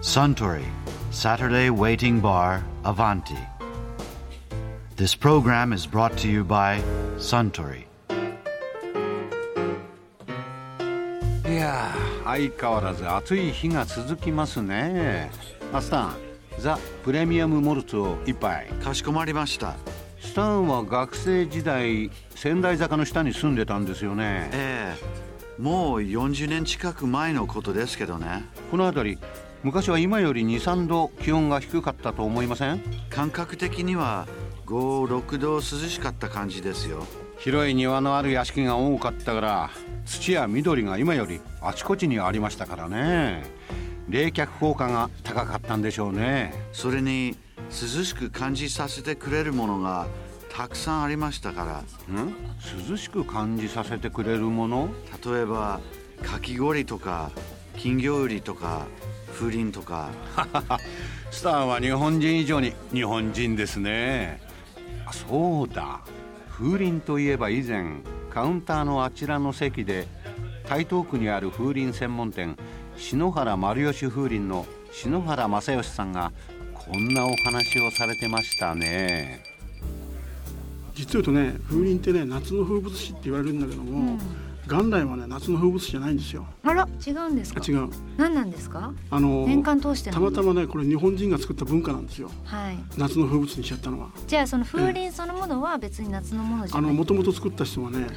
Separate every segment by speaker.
Speaker 1: Suntory Saturday Waiting Bar Avanti. This program is brought to you by Suntory.
Speaker 2: いやー相変わらず暑い日が続きますねマスタンザ・プレミアム・モルツを一杯
Speaker 1: かしこまりました。
Speaker 2: スタンは学生時代仙台坂の下に住んでたんですよね
Speaker 1: ええもう40年近く前のことですけどね
Speaker 2: この辺り昔は今より23度気温が低かったと思いません
Speaker 1: 感覚的には56度涼しかった感じですよ
Speaker 2: 広い庭のある屋敷が多かったから土や緑が今よりあちこちにありましたからね冷却効果が高かったんでしょうね
Speaker 1: それに涼しく感じさせてくれるものがたくさんありましたから
Speaker 2: ん涼しく感じさせてくれるもの
Speaker 1: 例えばかき氷とか金魚売りとか風鈴とか
Speaker 2: スターは日本人以上に日本人ですねあそうだ風鈴といえば以前カウンターのあちらの席で台東区にある風鈴専門店篠原丸吉風鈴の篠原正義さんがこんなお話をされてましたね
Speaker 3: 実を言うとね風鈴ってね夏の風物詩って言われるんだけども、元来はね夏の風物詩じゃないんですよ
Speaker 4: あら違うんですか
Speaker 3: あ違う
Speaker 4: 何なんですか
Speaker 3: あの
Speaker 4: 年間通してな
Speaker 3: た
Speaker 4: んで
Speaker 3: ますたまねこれ日本人が作った文化なんですよ
Speaker 4: はい
Speaker 3: 夏の風物にしちゃったのは
Speaker 4: じゃあその風鈴そのものは別に夏のものじ
Speaker 3: あ
Speaker 4: ゃな
Speaker 3: の
Speaker 4: い
Speaker 3: もともと作った人はね、
Speaker 4: はい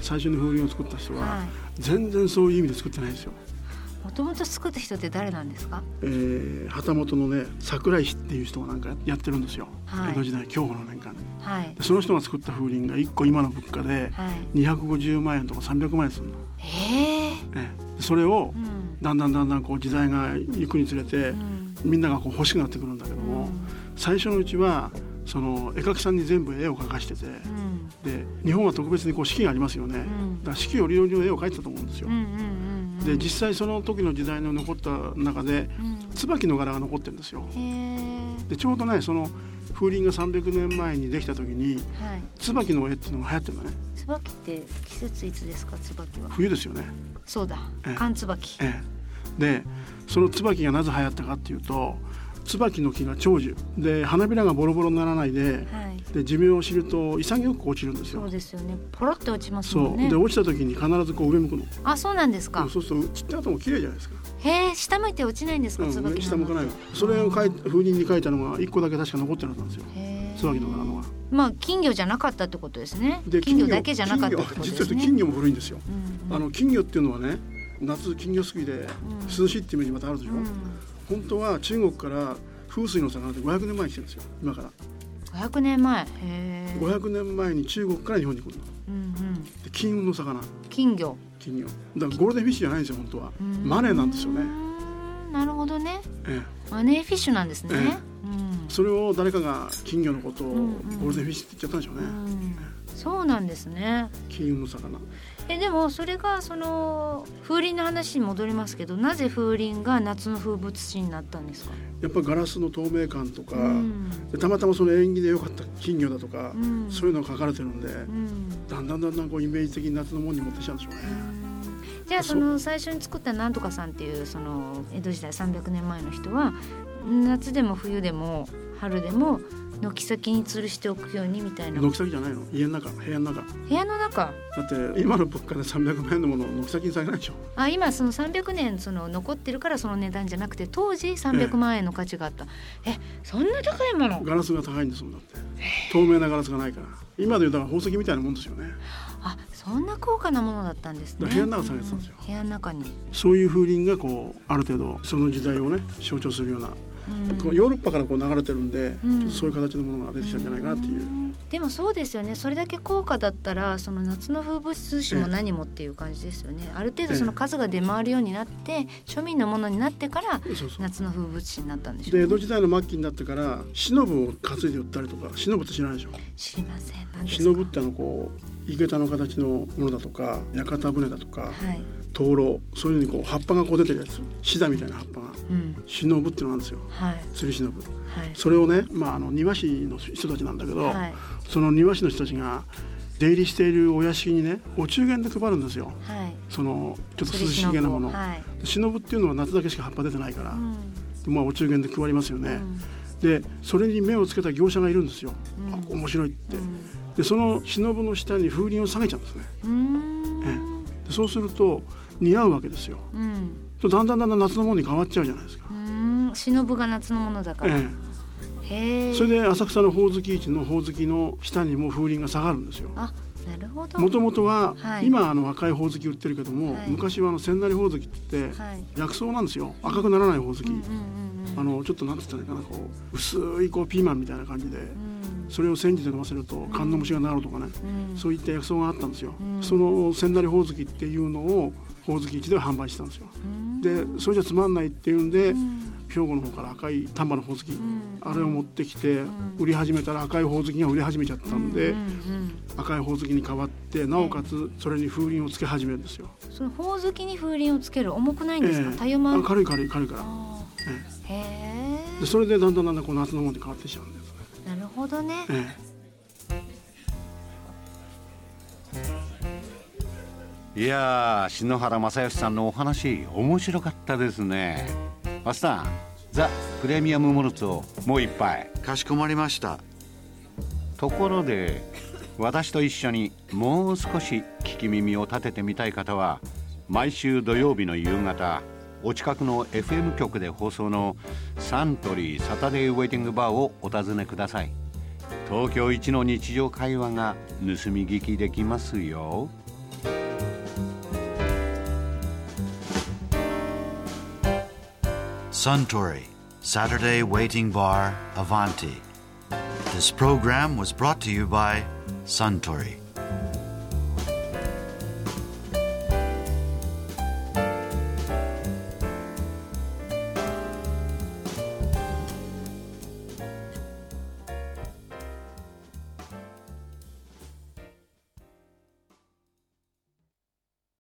Speaker 3: 最初に風鈴を作った人は、
Speaker 4: はい
Speaker 3: 全然そういう意味で作ってないんですよ、
Speaker 4: もともと作った人って誰なんですか
Speaker 3: えー、旗本のね桜井氏っていう人がなんかやってるんですよ、
Speaker 4: はい
Speaker 3: 江戸時代享保の年間で
Speaker 4: はい
Speaker 3: その人が作った風鈴が1個今の物価で
Speaker 4: はい
Speaker 3: 250万円とか300万円するの、
Speaker 4: ええ
Speaker 3: ええそれを、
Speaker 4: うん
Speaker 3: だんだんだんだんこう時代が行くにつれて、
Speaker 4: ん
Speaker 3: みんながこう欲しくなってくるんだけども、
Speaker 4: うん
Speaker 3: 最初のうちはその絵描きさんに全部絵を描かしてて、
Speaker 4: うん
Speaker 3: で日本は特別にこう四季がありますよね、
Speaker 4: ん
Speaker 3: だから四季折々の絵を描いてたと思うんですよ。
Speaker 4: うんうんうんうん
Speaker 3: で実際その時の時代の残った中で
Speaker 4: うん
Speaker 3: 椿の柄が残ってるんですよ。
Speaker 4: へえ
Speaker 3: でちょうどねその風鈴が300年前にできた時に
Speaker 4: はい
Speaker 3: 椿の絵っていうのが流行ってるのね
Speaker 4: 椿って季節いつですか椿は
Speaker 3: 冬ですよね。
Speaker 4: そうだ
Speaker 3: ええ
Speaker 4: 寒椿
Speaker 3: ええ、でその椿がなぜ流行ったかっていうと椿の木が長寿で花びらがボロボロにならないで
Speaker 4: はい
Speaker 3: で寿命を知ると潔く落ちるんです
Speaker 4: そ
Speaker 3: よ
Speaker 4: う。ですよねポロって落ちます
Speaker 3: そ
Speaker 4: も
Speaker 3: う、
Speaker 4: んね
Speaker 3: で落ちた時に必ずこう上向くの。
Speaker 4: あそうなんですか
Speaker 3: そうすると散った後も綺麗じゃないですか。
Speaker 4: へえ下向いて落ちないんです
Speaker 3: う
Speaker 4: か
Speaker 3: ん
Speaker 4: 椿
Speaker 3: 下
Speaker 4: の
Speaker 3: 向かないわ。それを書い風鈴に書いたのが一個だけ確か残ってるはずなんですよ。
Speaker 4: へえ
Speaker 3: 椿の柄のが。
Speaker 4: まあ金魚じゃなかったってことですね。
Speaker 3: で
Speaker 4: 金魚だけじゃなかったってことで
Speaker 3: 金魚実は
Speaker 4: す
Speaker 3: 言う
Speaker 4: ね。
Speaker 3: と金魚も古いんですよ。
Speaker 4: うん
Speaker 3: あの金魚っていうのはね夏金魚すくいで涼しいっていうイメージまたあるでしょ。
Speaker 4: うん
Speaker 3: 本当は中国から風水の魚って500年前に来てるんですよ今から
Speaker 4: 500年前。へえ。
Speaker 3: 500年前に中国から日本に来るの
Speaker 4: うんうん。
Speaker 3: で金運の魚
Speaker 4: 金魚。
Speaker 3: 金魚だからゴールデンフィッシュじゃないんですよ本当は
Speaker 4: うん
Speaker 3: マネーなんですよ
Speaker 4: うー
Speaker 3: ね、
Speaker 4: んなるほどね。
Speaker 3: ええ、
Speaker 4: マネーフィッシュなんですね。
Speaker 3: え
Speaker 4: うん
Speaker 3: それを誰かが金魚のことをゴ
Speaker 4: んうん
Speaker 3: ールデンフィッシュって言っちゃったんでしょうね、
Speaker 4: うん。そうなんですね。
Speaker 3: 金運の魚
Speaker 4: えでもそれがその風鈴の話に戻りますけど、なぜ風鈴が夏の風物詩になったんですか。
Speaker 3: やっぱガラスの透明感とか、
Speaker 4: うん
Speaker 3: でたまたまその縁起で良かった金魚だとか、
Speaker 4: うん
Speaker 3: そういうのが書かれてるんで、
Speaker 4: うん。
Speaker 3: だんだんだんだんこうイメージ的に夏のものに持ってきちゃうんでしょうね、
Speaker 4: じゃあその最初に作ったなんとかさんっていうその江戸時代300年前の人は夏でも冬でも春でも軒先に吊るしておくようにみたいな部
Speaker 3: 軒先じゃないの家の中部屋の中だ
Speaker 4: 屋の中
Speaker 3: って今の物価で300万円のものを軒先に下げないでしょ
Speaker 4: あ今その300年その残ってるからその値段じゃなくて当時300万円の価値があった、えそんな高いもの
Speaker 3: ガラスが高いんですもんだって透明なガラスがないから今でいうだから宝石みたいなもんですよね
Speaker 4: あそんな高価なものだったんですね
Speaker 3: 部屋の中下げてたんですよ
Speaker 4: う部屋の中に、
Speaker 3: そういう風鈴がこうある程度その時代をね象徴するような、
Speaker 4: うん
Speaker 3: こうヨーロッパからこう流れてるんで、ち
Speaker 4: ん
Speaker 3: ょっとそういう形のものが出てきたんじゃないかなっていう、
Speaker 4: でもそうですよねそれだけ高価だったらその夏の風物詩も何もっていう感じですよねある程度その数が出回るようになって庶民のものになってから
Speaker 3: そうそう
Speaker 4: 夏の風物詩になったんでしょ
Speaker 3: で江
Speaker 4: う
Speaker 3: 戸時代の末期になってから忍ぶを担いで売ったりとか忍ぶって知らないでしょ
Speaker 4: 知りません何です
Speaker 3: 忍
Speaker 4: か
Speaker 3: ぶってあのこういげたの形のものだとか屋形船だとか
Speaker 4: はい、
Speaker 3: 灯籠そういうのにこう葉っぱがこう出てるやつシダみたいな葉っぱが
Speaker 4: うん、
Speaker 3: 忍ぶってのなんですよ
Speaker 4: はい
Speaker 3: 釣り忍ぶ
Speaker 4: はい
Speaker 3: それをね、まあ、あの庭師の人たちなんだけど、
Speaker 4: はい
Speaker 3: その庭師の人たちが出入りしているお屋敷にねお中元で配るんですよ
Speaker 4: はい
Speaker 3: そのちょっと涼しげなもの
Speaker 4: はい、
Speaker 3: 忍ぶっていうのは夏だけしか葉っぱ出てないから、
Speaker 4: うん
Speaker 3: まあ、お中元で配りますよね、でそれに目をつけた業者がいるんですよ、あ面白いって、でその忍の下に風鈴を下げちゃうんですね、
Speaker 4: うーん
Speaker 3: ええでそうすると似合うわけですよ
Speaker 4: うん
Speaker 3: だんだんだんだん夏のものに変わっちゃうじゃないですか、
Speaker 4: うーん忍が夏のものだから、
Speaker 3: え
Speaker 4: へ
Speaker 3: え
Speaker 4: え
Speaker 3: それで浅草のほおずき市のほおずきの下にも風鈴が下がるんですよ
Speaker 4: あなるほど
Speaker 3: もともとは、
Speaker 4: はい
Speaker 3: 今あの赤いほおずき売ってるけども、
Speaker 4: はい
Speaker 3: 昔はあの千成ほおずきって言って、
Speaker 4: はい
Speaker 3: 薬草なんですよ赤くならないほおずき、
Speaker 4: うんうんうん
Speaker 3: あのちょっとなんつったらいいかなこう薄いこうピーマンみたいな感じで、
Speaker 4: うん
Speaker 3: それを煎じて飲ませると寒の虫が治るとかね、
Speaker 4: うん
Speaker 3: そういった薬草があったんですよ、
Speaker 4: うん
Speaker 3: その千成ほおずきっていうのをほおずき市では販売してたんですよ
Speaker 4: うん
Speaker 3: でそれじゃつまんないっていうんで、
Speaker 4: うん
Speaker 3: 兵庫の方から赤い丹波のほおずき、
Speaker 4: ん
Speaker 3: あれを持ってきて
Speaker 4: ん
Speaker 3: 売り始めたら赤いほおずきが売れ始めちゃったんで、
Speaker 4: うんうん
Speaker 3: 赤いほおずきに変わってなおかつそれに風鈴をつけ始めるんですよ、
Speaker 4: うんそのほおずきに風鈴をつける重くないん
Speaker 3: え
Speaker 4: ですか、
Speaker 3: え
Speaker 4: たゆま
Speaker 3: あ軽い軽い軽いから、
Speaker 4: あ
Speaker 3: え
Speaker 4: ーへ
Speaker 3: えで
Speaker 4: え
Speaker 3: それでだんだんだんだんこう夏のものに変わってきちゃうんですね、
Speaker 4: なるほどね
Speaker 3: え
Speaker 2: いやー篠原正義さんのお話面白かったですねマスターザ・プレミアム・モルツをもう一杯
Speaker 1: かしこまりました
Speaker 2: ところで私と一緒にもう少し聞き耳を立ててみたい方は毎週土曜日の夕方お近くの FM 局で放送のサントリーサタデーウェイティングバーをお尋ねください東京一の日常会話が盗み聞きできますよ
Speaker 1: Suntory Saturday Waiting Bar Avanti. This program was brought to you by Suntory.